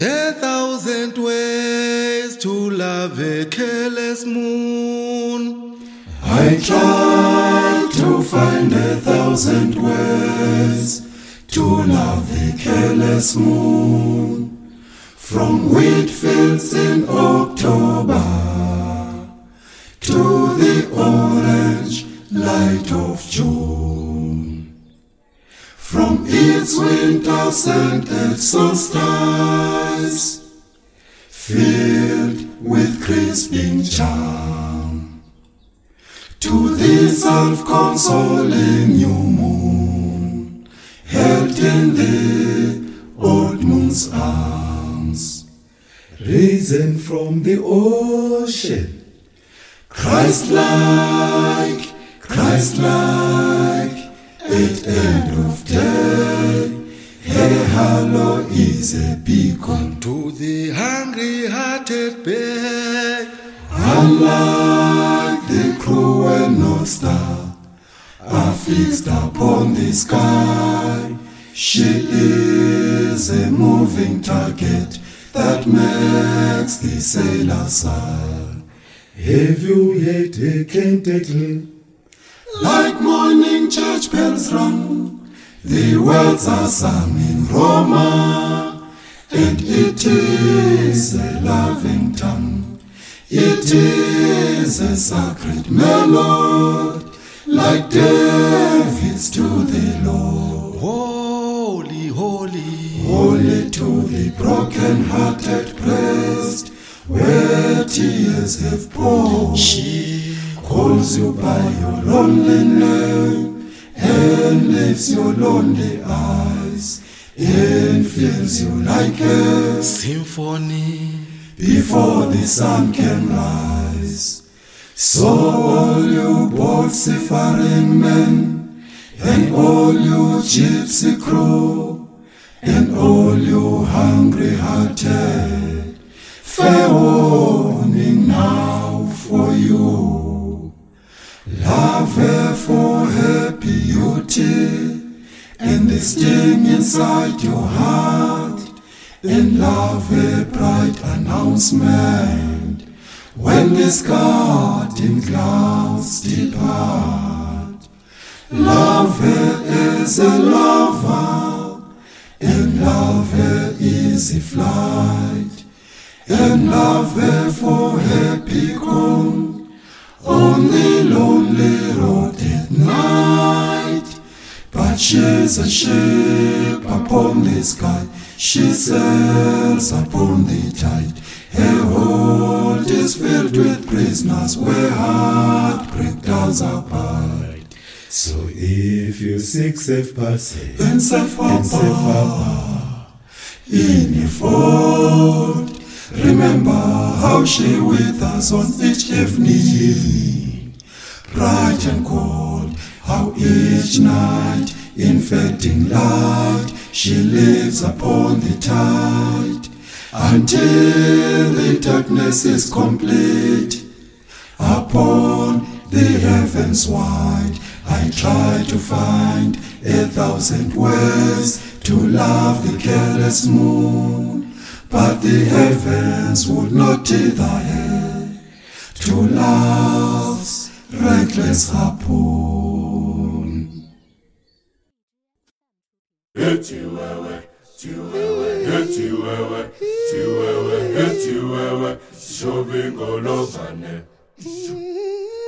A thousand ways to love a careless moon. I tried to find a thousand ways to love the careless moon. From wheat fields in October to the orange light of June. From its winter scented solstice filled with crisping charm to the self-consoling new moon, held in the old moon's arms, risen from the ocean, Christ-like, Christ-like, at end of day, her halo is a beacon To the hungry hearted bear, Unlike the cruel North Star, affixed upon the sky, she is a moving target that makes the sailor sigh. Have you yet a canticle? Like morning church bells rung, the words are sung in Roma, and it is a loving tongue. It is a sacred melody, like David's to the Lord. holy, holy. Holy to the broken-hearted priest, where tears have poured. She calls you by your lonely name and lifts your lonely eyes and fills you like a Symphony, before the sun can rise. So all you Bolsifaring men, and all you gypsy crew, and all you hungry-hearted, fair warning now for you. Love her for her beauty, and the sting inside your heart, and love a bright announcement when the scudding clouds depart. Love her is a lover, and love her easy flight, and love her for happy home on the lonely road at night. But she's a ship upon the sky. She sails upon the tide. Her hold is filled with prisoners where heartbreak does abide. So if you seek safe passage and safe harbor in a fort, remember how she with us on each evening, bright and cold, how each night in fading light she lives upon the tide until the darkness is complete upon the heavens wide I try to find a thousand ways to love the careless moon but the heavens would not tither her to love's reckless harpoon Hetiwewe, tiwewe, hetiwewe, tiwewe, hetiwewe, shobingolozane.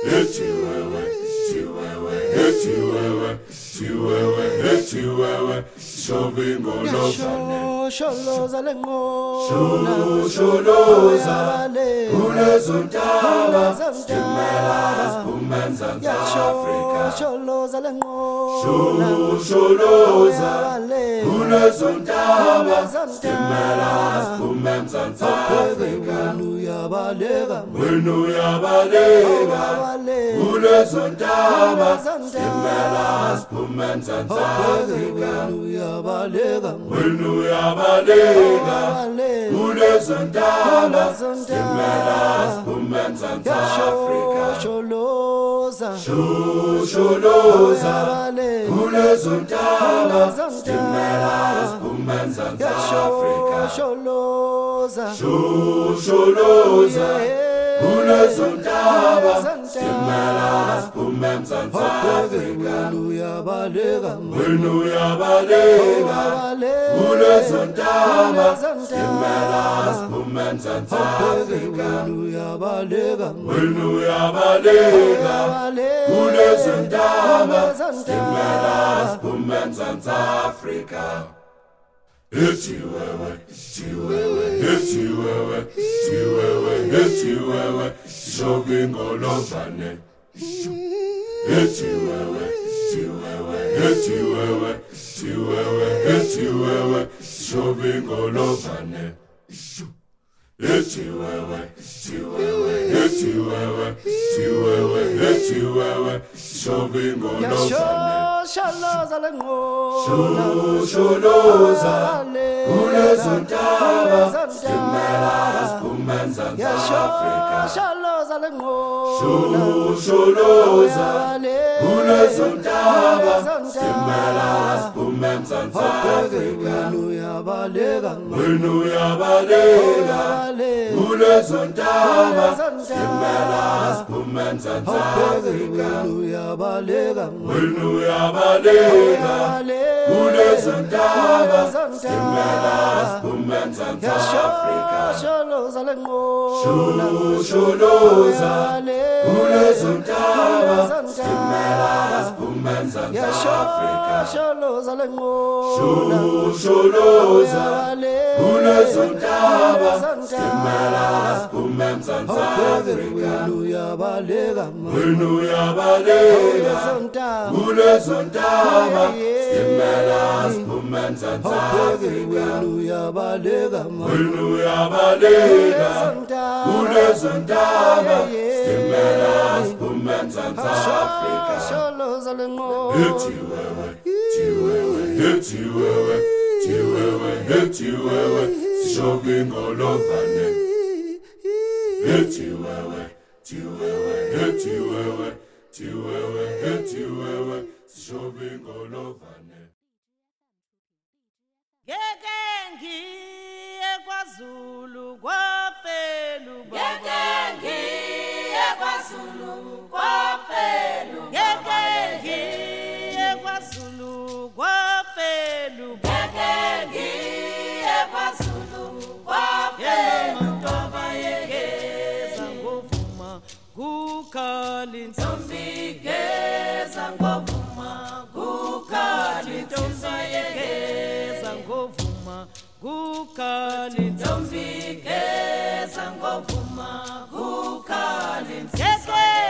Hetiwewe, tiwewe, hetiwewe, tiwewe, hetiwewe, shobingolozane. sholoza lenqola Usholoza kulezo ntaba stimela siphuma eMzantsi Afrika. sholoza lenqola Usholoza kulezo ntaba stimela siphuma eMzantsi Afrika. uyabaleka Wena uyabaleka baleka kulezo ntaba stimela siphuma eMzantsi Afrika. uyabaleka Wena uyabaleka baleka kulezo ntaba zonda siphuma eMzantsi Afrika. sholoza Usholoza baleka kulezo ntaba zonda siphuma eMzantsi Afrika. sholoza shosholoza usholoza kulezontaba Kulezontaba. umemzansi wenu uyabaleka wenu Oh, uyabaleka kulezontaba umemzansi wenu uyabaleka wenu Oh, uyabaleka kulezontaba umemzansi afrika ethi wewe ethi wewe ethi wewe ethi wewe ethi wewe shobingolozane ethi wewe ethi wewe ethi wewe ethi wewe ethi wewe shobingolozane ethi wewe ethi wewe ethi wewe ethi wewe ethi wewe shobingolozane yashoshaloza lenqola usholoza kulezontaba yashoshaloza lenqola usholoza kulezontaba umemzansi afrika wenu uyabaleka wenu uyabaleka kulezontaba umemzansi afrika wenu uyabaleka wenu uyabaleka kulezontaba umemzansi afrika yashoshaloza lenqola usholoza kulezontaba umemzansi afrika yashoshaloza lenqola usholoza kulezontaba umemzansi afrika uyabaleka wenu uyabaleka kulezontaba kulezontaba umemzansi afrika wenu uyabaleka wenu uyabaleka kulezontaba umemzansi afrika sholoza lenqola Eti wewe, eti wewe, eti wewe, eti wewe, eti wewe, sishobingolofane. Eti wewe, eti wewe, eti wewe, eti wewe, eti wewe, sishobingolofane. ngeke ngiye kwazulu kwafeluba Ngeke ngiye kwaZulu kwafelu. ngeke ngiye kwazulu kwafeluba Ngeke ngiye kwaZulu kwafelu. yelomantoba yegeza ngovuma kukhalinsa Ngeza ngovuma kukhalinto. intomba yegeza ngovuma kukhalinsa Ngeza ngovuma kukhalinto. ngeke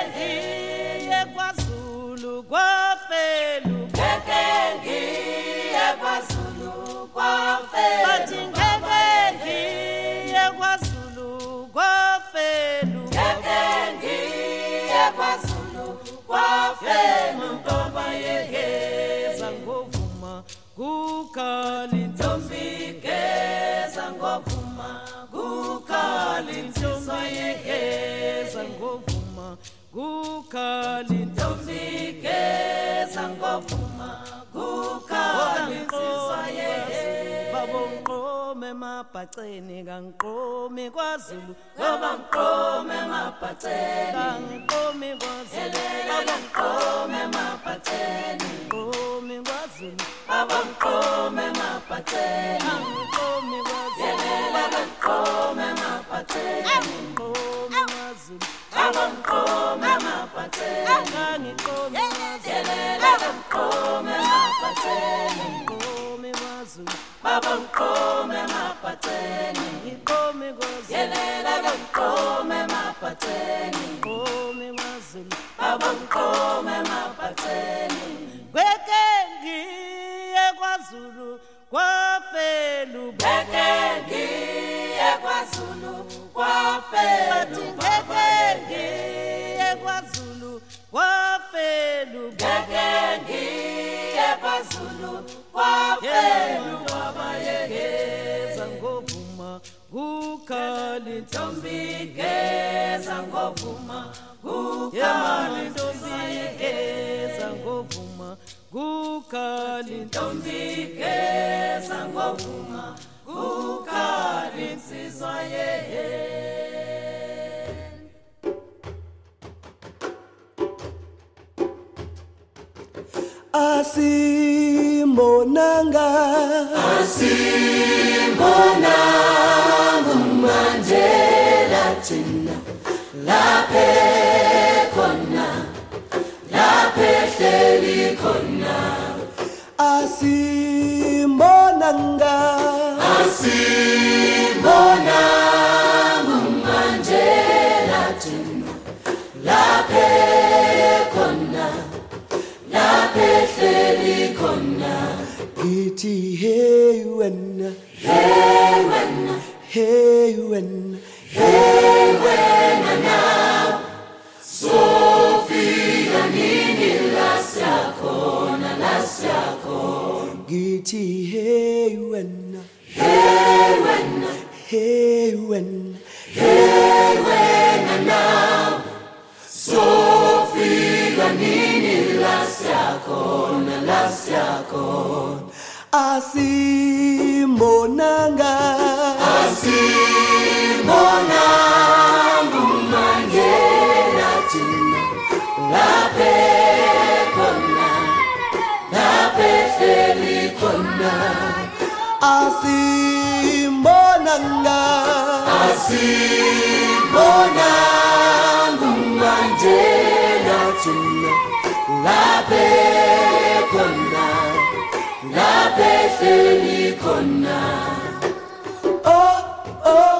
ngiye kwazulu kwafeluba Ngeke ngiye kwaZulu kwafelu. bathi ngeke ngiye kwazulu kwafeluba Ngeke ngiye kwaZulu kwafelu. intomba yegeza ngovuma kukhalinsa Ngeza ngovuma kukhalinto. intomba yegeza ngovuma kukhalinsa Ngeza ngopuma kukhalisisa babo nqome emabhaceni kangiqomi kwazulu ngoba ngiqome emabhaceni kangiqomi kwazulu lele ngiqome emabhaceni nqomi kwazulu baba ngiqome emabhaceni kangiqomi kwazulu lele ngiqome emabhaceni nqomi kwazulu baba ngiqome emabhaceni kangiqomi lele ngiqome emabhaceni nqomi kwazulu baba ngiqome emabhaceni ngiqomi kwazulu lele ngiqome emabhaceni nqomi kwazulu baba ngiqome emabhaceni kweke ngiye kwazulu kwafeluba Ngeke ngiye kwaZulu kwafelu bathi ngeke ngiye kwazulu kwafeluba Ngeke ngiye kwaZulu kwafelu baba yegeza ngizangovuma kukhalinsa ngigeza ngovuma yamani ntombi igeza ngovuma kukhalinsa ngigeza ngovuma ukhali insizwa asimbonanga asimbonanga ngithi hey wena hey wena ngithi hey wena hey wena asimbonanga asimbonanga asimbonanga manje nathina laphe khona laphe hleli khona oh oh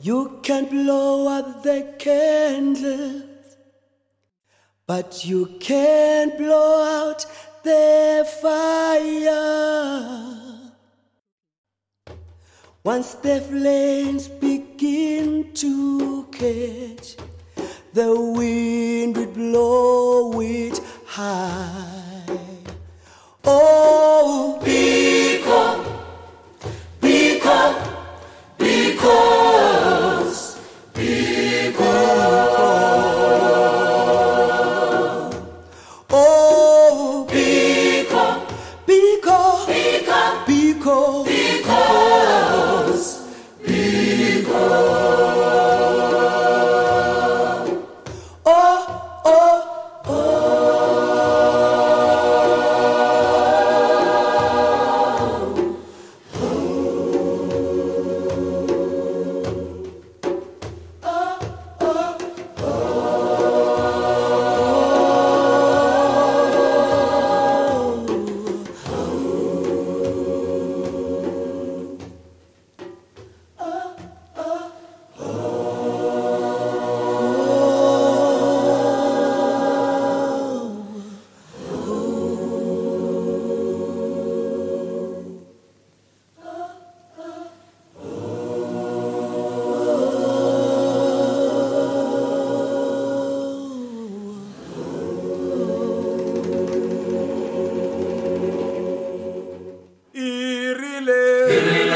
You can blow up the candle, but you can't blow out the fire. Once the flames begin to catch, the wind will blow it high. Oh, because, because. Oh, Pico, Pico, Pico, Pico, Picos, Pico. Oh, oh, irile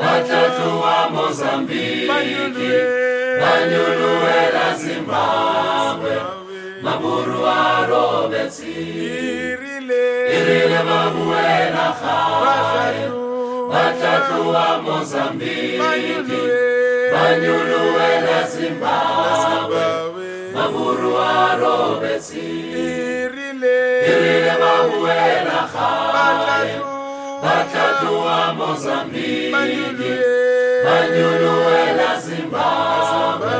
batlatluwa mozambiki banyuluela zimbabwe maburu a robesiirile babuela gae batlatluwa mozambiki banyuluela zimbabwe maburu a robesiirile babuela gae batlatluwa mozambiki banyuluela zimbabwe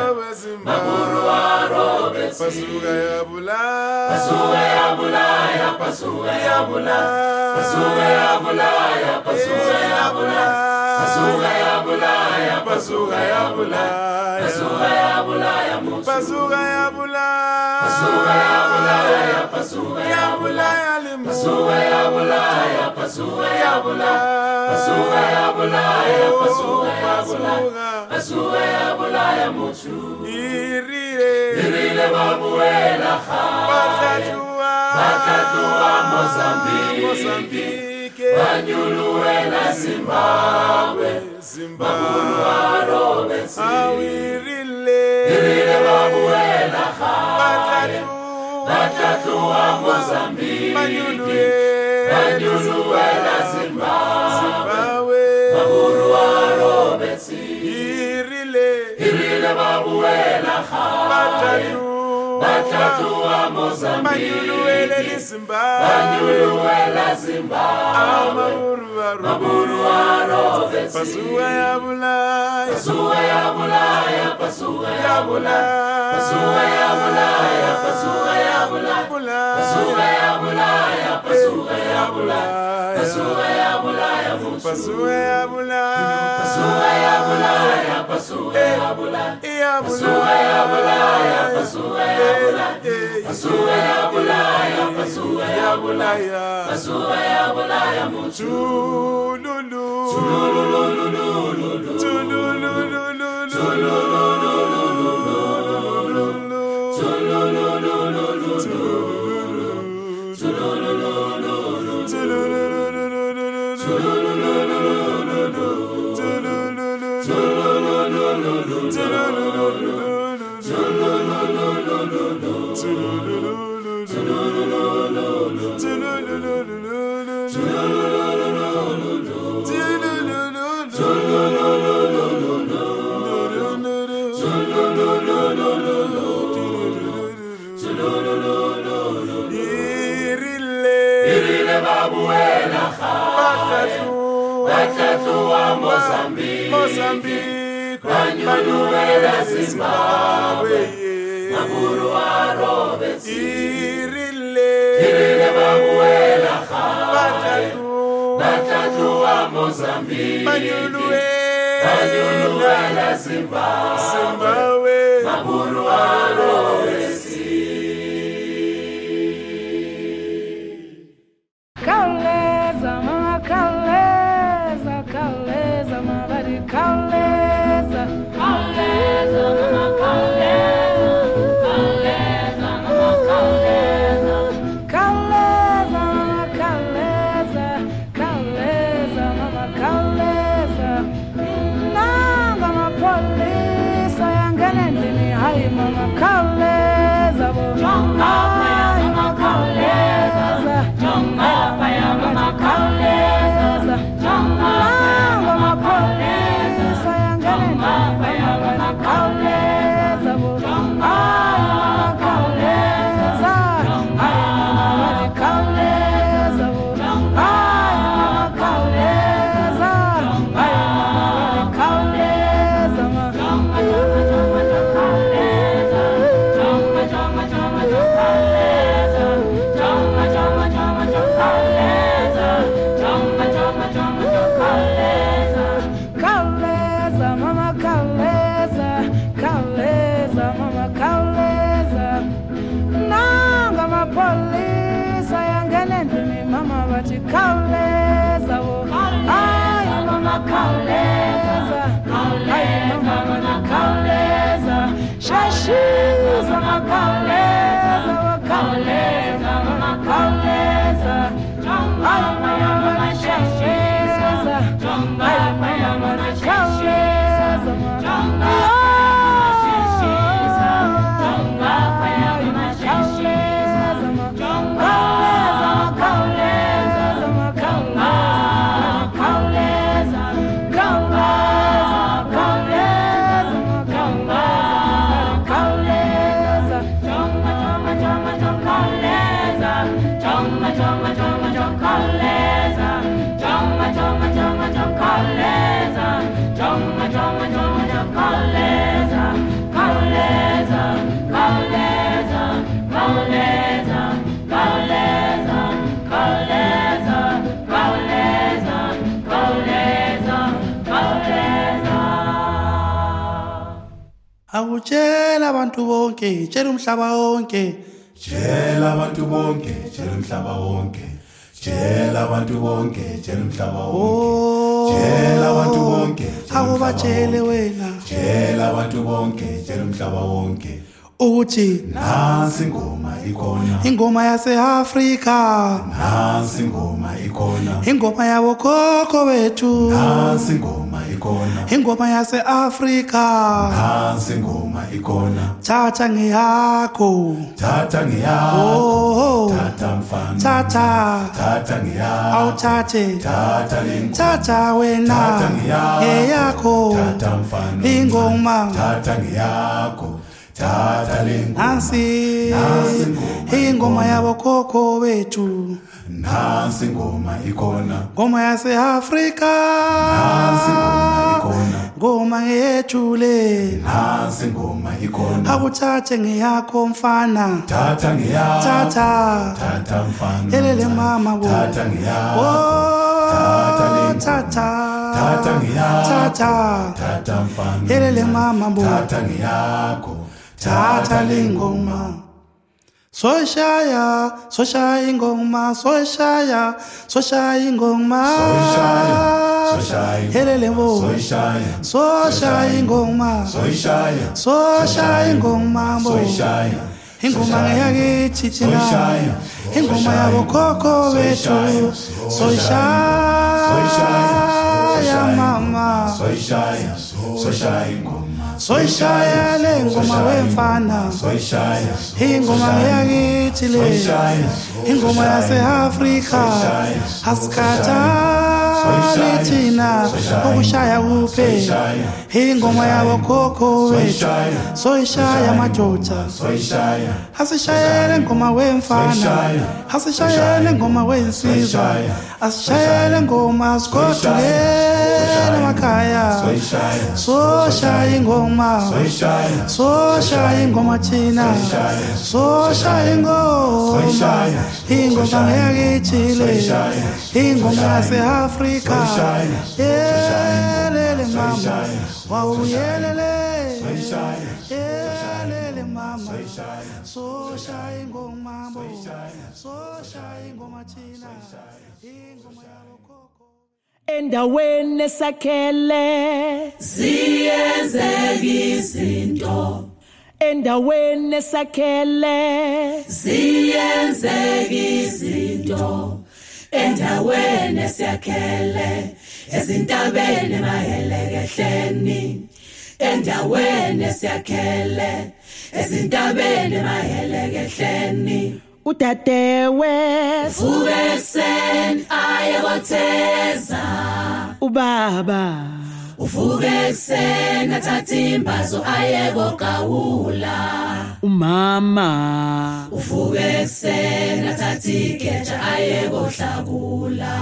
maburu a robesi Pasuka yabulala, pasuka yabulaya pasuka yabulaya pasuka yabulaya pasuka yabulaya pasuka yabulaya pasuka yabulaya pasuka yabulaya musuka pasuka yabulala, yabulaya pasuka yabulaya bulaya limbu, pasuka yabulaya pasuka yabulaya pasuka yabulaya pasuka yabulaya pasuka pasuka yabulaya musu irile, irile babuela ha batlatluwa, batlatluwa mozambiki Mozambique, ke banyuluela zimbabwe zimbabwe arobensi awirile ile babuela hale batatuwa mozambiki banyulwe banyuluela zimbabwe bawe arobensi irile ile babuela hale batatu batatuwa mozambiki banyulwele lizimbabwe banyuluela zimbabwe amaburubaru arobensi pasuwa yabulaya Pasuwa ya bulaya, pasuwa ya bulaya, pasuwa ya bulaya, pasuwa ya bulaya, pasuwa ya bulaya, pasuwa ya bulaya, pasuwa ya bulaya, pasuwa yabulaya pasuwa ya bulaya, pasuwa ya bulaya, pasuwa iyabulaya ya bulaya, pasuwa ya bulaya, pasuwa ya bulaya, pasuwa ya bulaya, yabulaya pasuwa ya bulaya, mutu. tululu tululululu Ile babuela, batatu wa Mozambique. Banyuluela Zimbabwe, Zimbabwe. Irile ile babuela, batatu batatu wa Mozambique. banyulwe Banyuluela Zimbabwe, Zimbabwe. buru arobesi. Kauleza, mama kauleza, kauleza, mabadi kauleza. Kauleza, mama kauleza, kauleza, mama kauleza. Kauleza, mama kauleza, kauleza, mama kauleza. Nanga mapolisa yangena endlini, hayi mama kauleza bo. Hayi, mama kauleza. Kauleza, mama kauleza, kauleza, mama kauleza. Nanga mapolisa yangena endlini, mama bathi kauleza wo. Hayi mama kauleza, hayi mama bathi kauleza. Shashisa makauleza, wo kauleza, mama kauleza. Hayi mama bathi shashisa, hayi mama bathi kauleza. awutshela abantu bonke tshela umhlaba wonke tshela abantu bonke tshela umhlaba wonke tshela abantu bonke tshela umhlaba wonke tshela abantu bonke tshela umhlaba awubatshele wonke. wena tshela abantu bonke tshela umhlaba wonke uthi nansi ingoma ikona ingoma yaseafrika nansi ingoma ikona ingoma yabokhokho bethu nansi ingoma ikona ingoma yaseafrika nansi ingoma ikona thatha ngeyakho thatha ngiyakho oho thatha mfana thatha thatha ngiyakho awuthathe thatha lenkomo thatha wena Thatha ngeyakho. ngeyakho thatha mfana ingoma thatha ngiyakho thatha lenkomo nansi Nansi ingoma, ingoma yabokhokho bethu nansi ingoma ikona ngoma yaseafrika nansi ingoma ikona ngoma ngeyethu le nansi ingoma ikona akuthathe ngeyakho mfana thatha ngiyakho thatha thatha mfana elele mama bo thatha ngiyakho Thatha Oh, lenkomo. Thatha thatha ngiyakho thatha thatha mfana elele mama bo thatha ngiyakho thatha lengoma soshaya soshaya ingoma soshaya soshaya ingoma Soyishaya, soyishaya ingoma, elele bo soyishaya soshaya ingoma soyishaya soshaya ingoma bo soyishaya ingoma yakithi thina Soyishaya, ingoma soyishaya yabokhokho ingoma, bethu soyishaya, soshaya mama soyishaya soyishaya ingoma soshaya lengoma wemfana soyishaya ingoma yakithi le soyishaya ingoma yaseafrika asikhathali thina ukushaya kuphe ingoma yabokhokho wethu soyishaya madoda soyishaya asishayele ngoma wemfana asishayele ngoma wensizwa asishayele ngoma sigodukele makhaya soyishaya soshaya ingoma soyishaya soshaya ingoma thina soshaya ingoma ingoma ngeyakithile ingoma yaseafrika yelele mama wawuyelele yelele mama soshaya ingoma bo. soshaya ingoma thina ingoma yabokhokho endaweni esakhele Siyenzeka izinto endaweni esakhele Siyenzeka izinto endaweni esiyakhele ezintabeni mahelekehleni endaweni esiyakhele ezintabeni mahelekehleni udadewe ubesen ayekotheza ubaba uvukesen athatha imbazo ayekogawula umama uvuke ekuseni athathe igeja ayekohlakula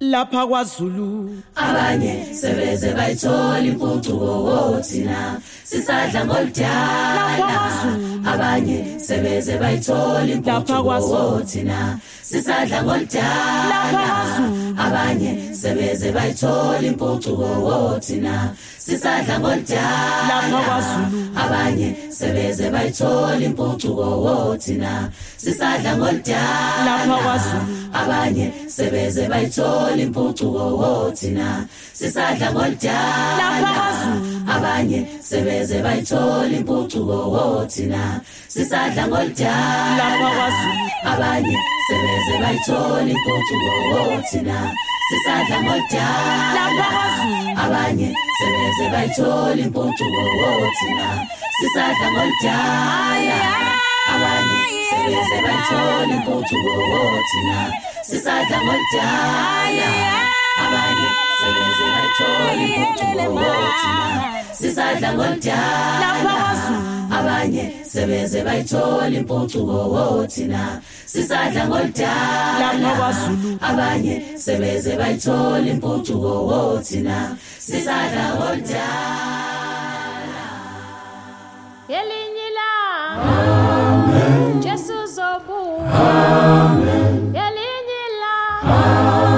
lapha kwazulu abanye sebeze bayithola impucuko wothina sisadla ngoludala abanye sebeze bayithola Lapha impucuko kwaZulu. wothina sisadla ngoludala abanye sebeze bayithola impucuko wothina sisadla Lapha ngoludala kwaZulu. abanye sebeze bayithola impucuko wothina sisadla ngoludala lapha kwazulu abanye sebeze bayithola impucuko wothina sisadla Lapha ngoludala kwaZulu. abanye sebeze bayithola impucuko wothina sisadla lapha ngoludala kwazulu abanye sebeze bayithola impucuko wothina sisadla lapha ngoludala kwazulu abanye sebeze bayithola impucuko wothina sisadla ngoludala abanye sebeze bayithola impucuko wothina sisadla ngoludala abanye sebeze bayithola impucuko wothina sisadla Lapha ngoludala kwaZulu. abanye sebeze bayithola impucuko wothina sisadla ngoludala Lapha kwaZulu. abanye sebeze bayithola impucuko wothina sisadla ngoludala Yelinyi langa Jesu zobuya Amen Yelinyi langa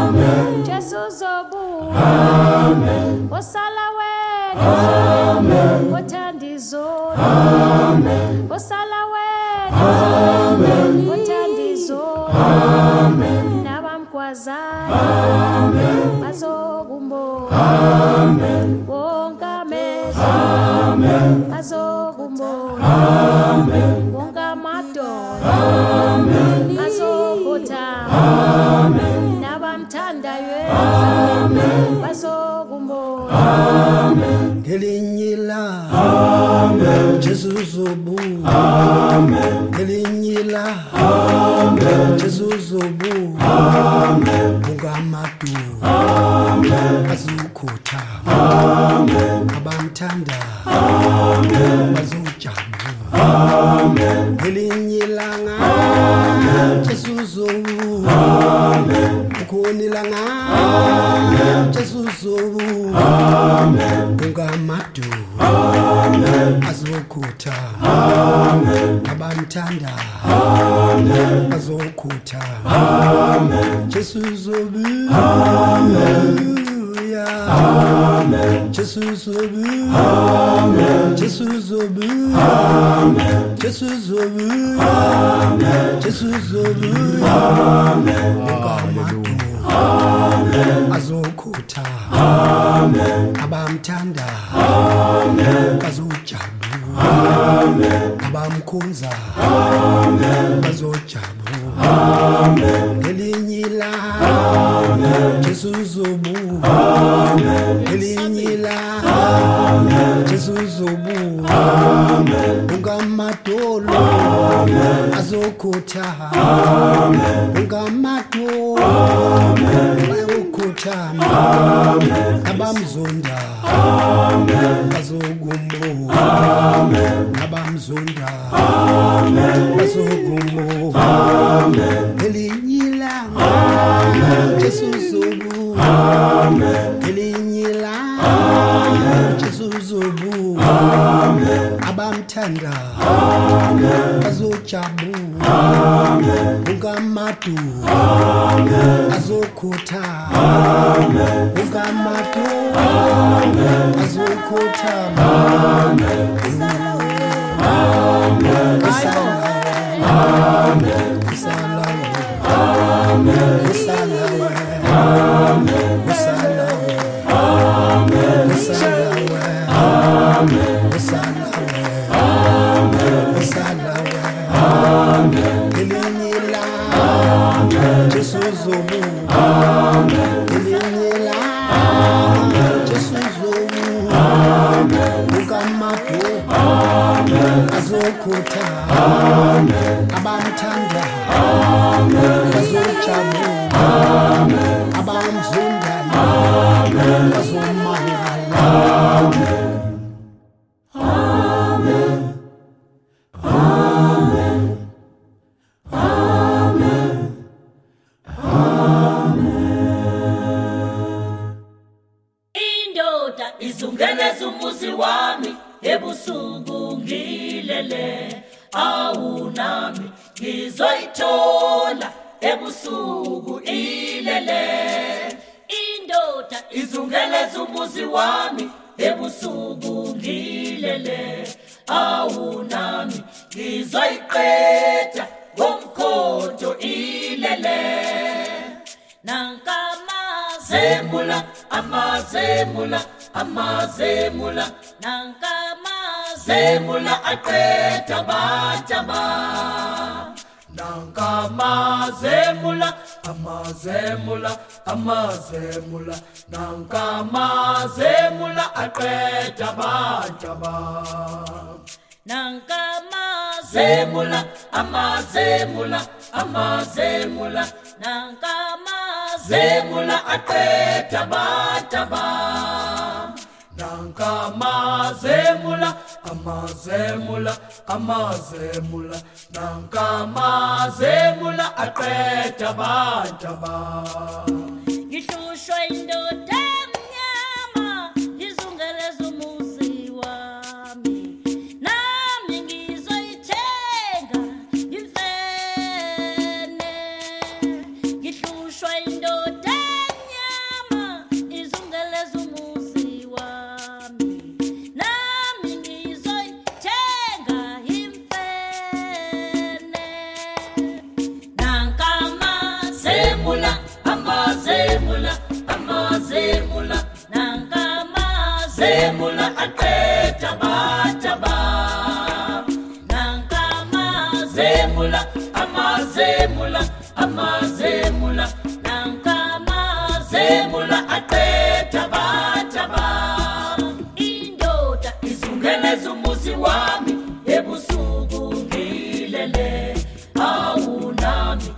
Amen Jesu zobuya Amen Osala wena Amen Othanda izolo Amen Osala wena Amen Othanda izolo Amen Nabamkwazayo Amen Bazokumbona Amen Wonke amehlo azokumbona Amen. Ngelinye ilanga. Amen. Jesu uzobuya. Amen. Ngelinye ilanga. Amen. Jesu uzobuya. Amen. Ungamadulu. Amen. Azukhutha. Amen. Abamthandayo. Amen. Bazojabula. Amen. Ngelinye ilanga. Amen. Jesu uzobuya. Amen. Ukhona ilanga. Amen. Jesu uzobuya. Amen. Ungamadulu. Amen. Azukhutha. Amen. Abamthandayo. Amen. Azokhutha. Amen. Jesu uzobuya. Amen. Amen. Jesu uzobuya. Amen. Jesu uzobuya. Amen. Jesu uzobuya. Amen. Jesu uzobuya. Amen. Hallelujah. Amen. Azokhutha. Amen. Abamthandayo. Amen. Bazojabula. Amen. Abamkhonza. Amen. Bazojabula. Amen. Ngelinye ilanga. Amen. Jesu uzobuya. Amen. Ngelinye ilanga. Amen. Jesu uzobuya. Amen. Ungamadolo. Amen. Azokhutha. Amen. Ungamadolo. Amen. Bayokhuthana. Amen. Abamzonda. Amen. Bazogumbo. Amen. Abamzonda. Amen. Bazogumbo. Amen. Elinye ilanga. Amen. Jesu uzobuya. Amen. Elinye ilanga. Amen. Jesu uzobuya. Amen. Abamthanda. Amen. Bazojabula. Amen. Ungamadulu. Amen. Azokhutha. Amen. Ungamadulu. Amen. Azokhutha. Amen. Amen. Amen. Amen. Amen. Amen. Amen. Amen. Elinye ilanga Jesu uzobuya. Elinye ilanga Jesu uzobuya. Ukamabhuku azokhutha. Abamthanda bazojabula. Abamzonda bazomangala. indoda izungeleza umuzi wami ebusuku ngilele awu nami ngizoyithola ebusuku ilele indoda izungeleza umuzi wami ebusuku ngilele awu nami ngizoyiqeda ngomkhodo ilele nankamaazemula amaazemula amaazemula nankamaazemula aqeda bataba nankamazemula amazemula amazemula nankamazemula aqeda bataba nankamazemula zemula amazemula amazemula nankamazemula aqeda bataba nankamazemula amazemula amazemula nankamazemula aqeda bataba ngihlushwa indoda emnyama ngizungeleza umuzi wami nami ngizoyithenga imfene ngihlushwa indoda emnyama izungeleza umuzi wami nami ngizoyithenga imfene nankamazemula amazemula amazemula nankamazemula aqeda bataba nankamazemula amazemula amazemula nankamazemula aqeda bataba mpenzi wami ebusuku ngilele awunami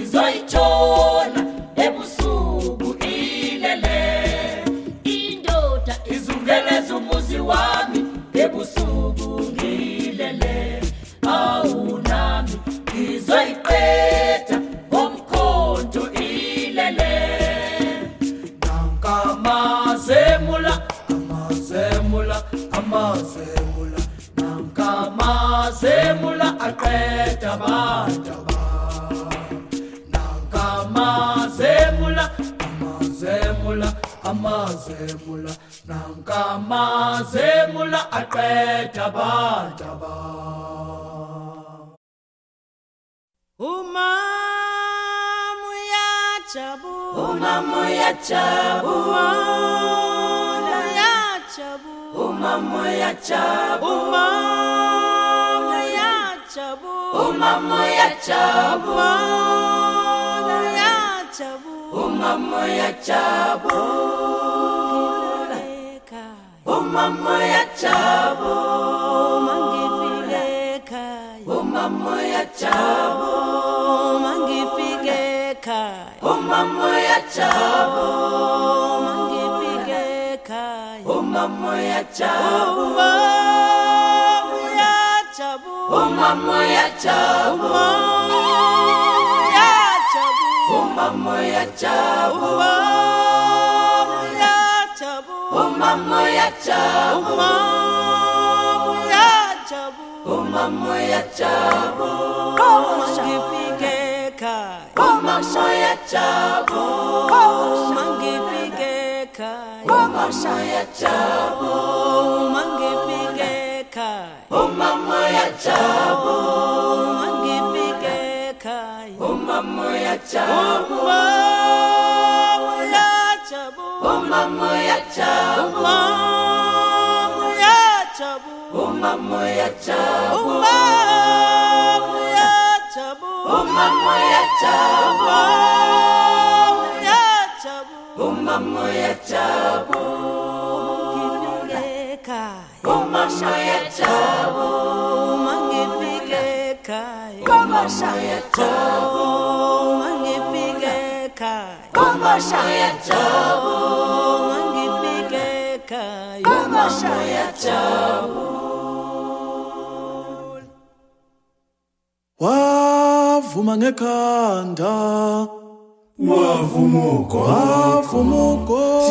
izoyithola ebusuku ilele indoda izungeleza umuzi wami ebusuku ngilele awunami izoyiqeda omkhonto ilele nakamazemula amazemula amazemula nakamazemula aqeda badaba nakamazemula amazemula amazemula nakamazemula aqeda badaba Umam uyajabu Umam uyajabu. Umam uyajabu Umam uyajabu. Umam uyajabu Umam uyajabu. Umam uyajabu Umam uyajabu. Umam uyajabu. Umam uyajabu. Umam uyajabu. Umam uyajabu. Umam uyajabu. Umam uyajabu. Umam uyajabu. Umam uyajabu. Umam uyajabu. Umam uyajabu. Umam uyajabu. Umam uyajabu. Umam uyajabu. Umam uyajabu. Umam uyajabu. Umam uyajabu. Umam uyajabu. Umam uyajabu. Umam uyajabu. Umam uyajabu. wavuma ngekhanda wavumuko wavumugogo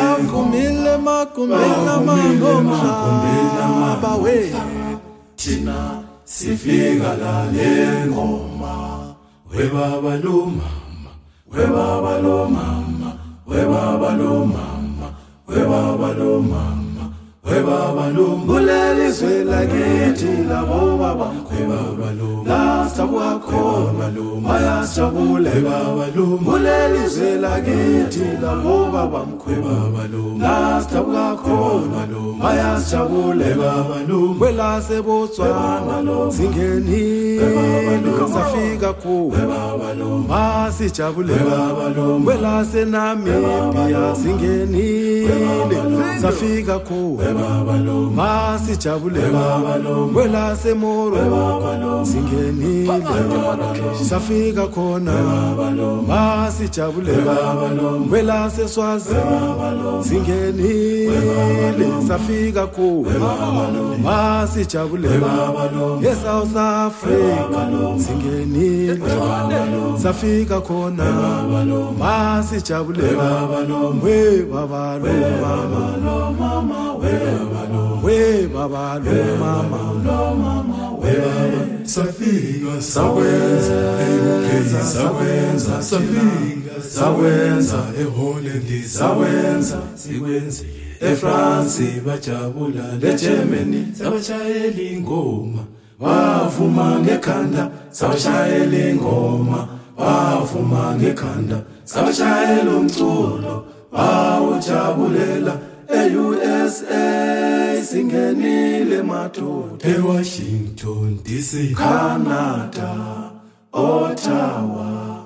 avumile magumbini amangomhlaba we thina sifika la le ngoma webaba lo mama webaba lo mama webaba lo mama webaba lo mama webaba lo mbulele izwe lakithi labo baba webaba lo lasta kwakhona lo bayajabule baba lo mbulele izwe lakithi labo baba webaba lo lasta kwakhona lo bayajabule baba lo kwelaseBotswana singenile safika kuwe masijabule kwelaseNamibia singenile safika kuwe masijabule kwelaseMorocco singenile safika khona masijabule kwelaseSwazini singenile safika kuwe masijabulela esouth africa singenile safika khona masijabulela webabalomama webabalomama safika sawenza e-uk sawenza safika sawenza eholland sawenza sikwenzile efrance bajabula legermany sabashayela ingoma bavuma ngekhanda sabashayela ingoma bavuma ngekhanda sabashayela umculo bawujabulela e-usa singenile madoda ewashington dc canada ottawa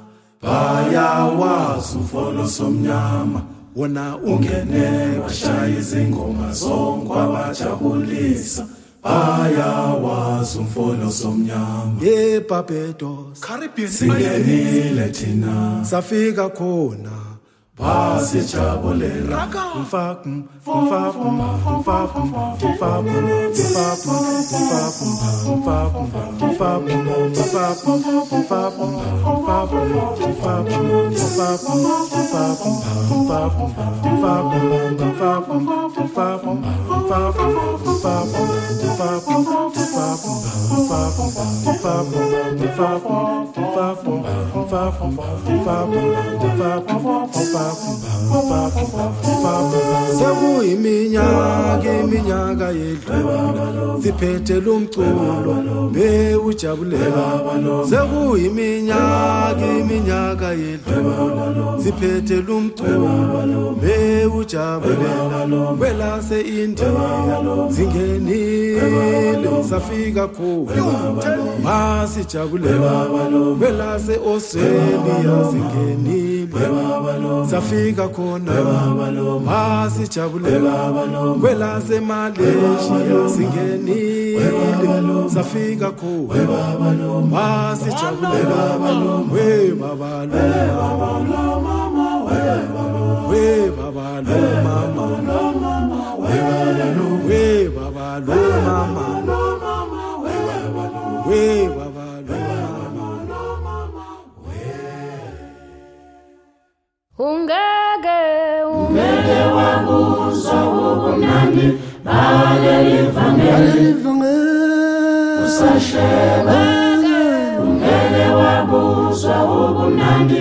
bayawazi ufolo somnyama wona ungene washaya izingoma zonkwabajabulisa bayawazi umfolo somnyama yebarbados singenile thina safika khona basijabulela mfakum mfakum mfakum mfakum mfakum mfakum mfakum mfakum mfakum mfakum mfakum mfakum mfakum mfakum mfakum mfakum mfakum sekuyiminyaka iminyaka yedlula siphethe lumculo bewujabulela sekuyiminyaka iminyaka yedlula siphethe lumculo bewujabulela kwelase indiya zingenile safika khona masijabulela kwelase australia zingenile safika khona masijabulela kwelase malaysia zingenile safika khona masijabulela we babalo mama we babalo mama we baba lo mama we baba ungeke Ngeke wakuzwa ubumnandi balelivangeli usasheba Ngeke wakuzwa ubumnandi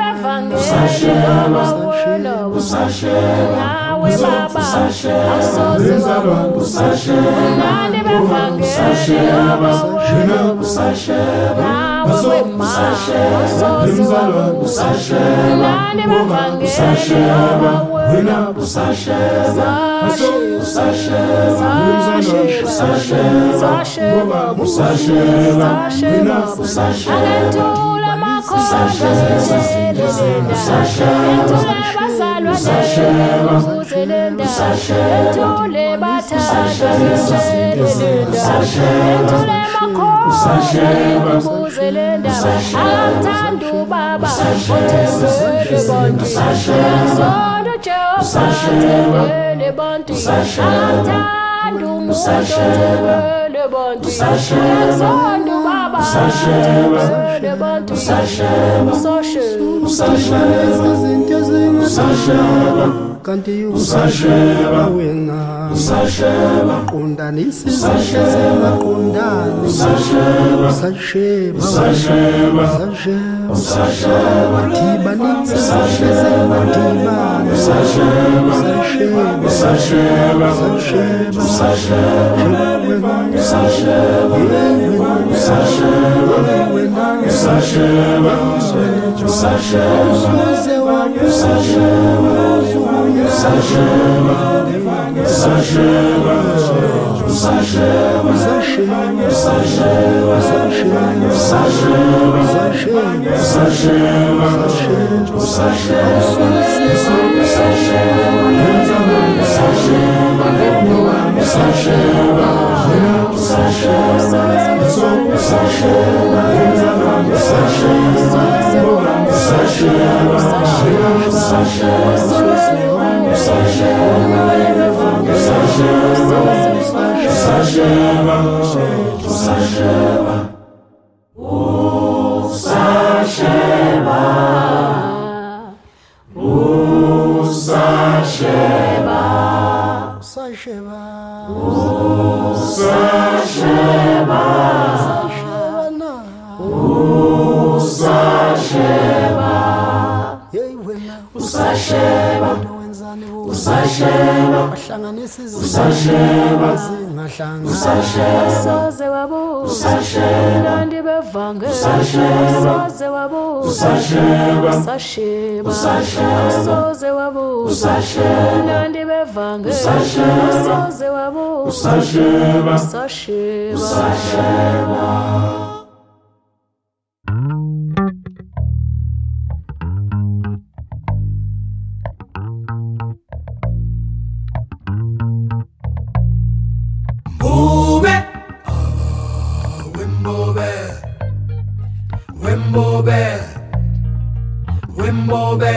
bavangela nawe baba awusoze wabuzwa nandi bavangela nawe wema awusoze wabuzwa nandi bavangela Usasheba, Angathanda ubaba othembele bonke Sondo Jehova othembele bonke Angathanda umuntu othembele bonke Sondo ubaba othembele bonke Usasheba kanti Usasheba. wena Usasheba. qondanisi Usasheba. singaqondani Usasheba. usasheba Usasheba. Usasheba. dibanisa Usasheba. singaqondani Usasheba. Usasheba. Usasheba. Usasheba. Usasheba. Usasheba. Usasheba. usasheba Usasheba. Usasheba. bahlanganisa Usasheba. izinga hlangahlanga soze wabusailandi bevange soze Usasheba. wasasheba Usasheba. soze Usasheba. wabusailandi bevange Usasheba. soze Usasheba. wasasheba Mbube Wimbobe Wimbobe Wimbobe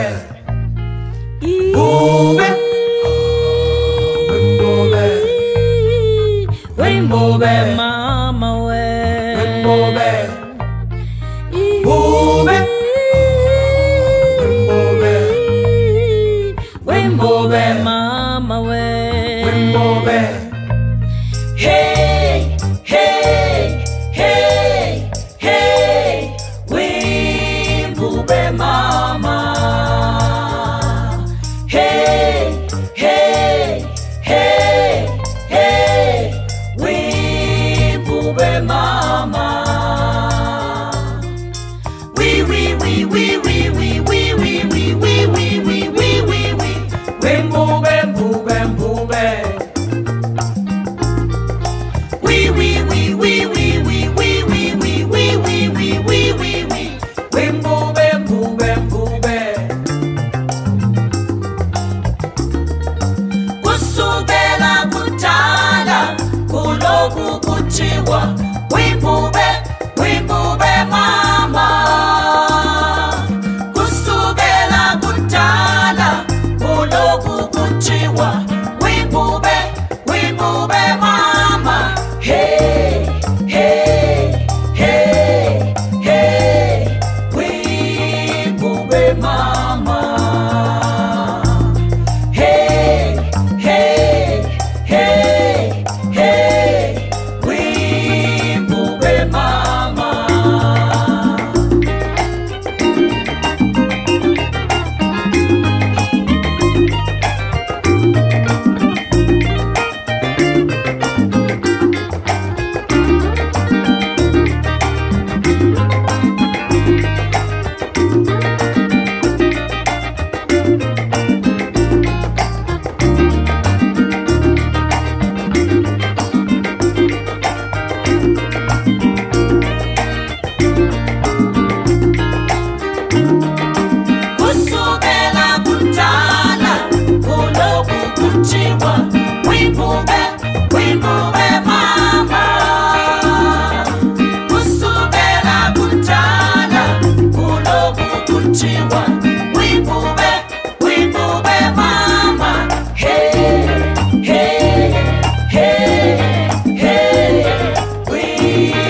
Mbube Wimbobe Wimbobe mama we Wimbobe Mbube Wimbobe Wimbobe mama we Wimbobe Hey, hey, hey, hey, Wimbube mama. Hey, hey, hey, hey, Wimbube mama. Wee wee wee wee wee wee wee wee wee wee wee wee wee wee wee. Wimbube, mbube, mbube. Wee wee wee wee wee wee wee wee wee wee wee wee wee wee wee. Wimbube, mbube, mbube. kusukela kudala kuloku kuthiwa wimbube wimbube mama kusukela kudala kuloku kuthiwa wimbube wimbube mama hey hey hey hey wimbube mama Hey, hey, hey, hey, Wimbube mama. Kusukela kudala kuloku kuthiwa wimbube wimbube mama. Kusukela kudala kuloku kuthiwa wimbube wimbube mama. Hey hey hey hey wimbube.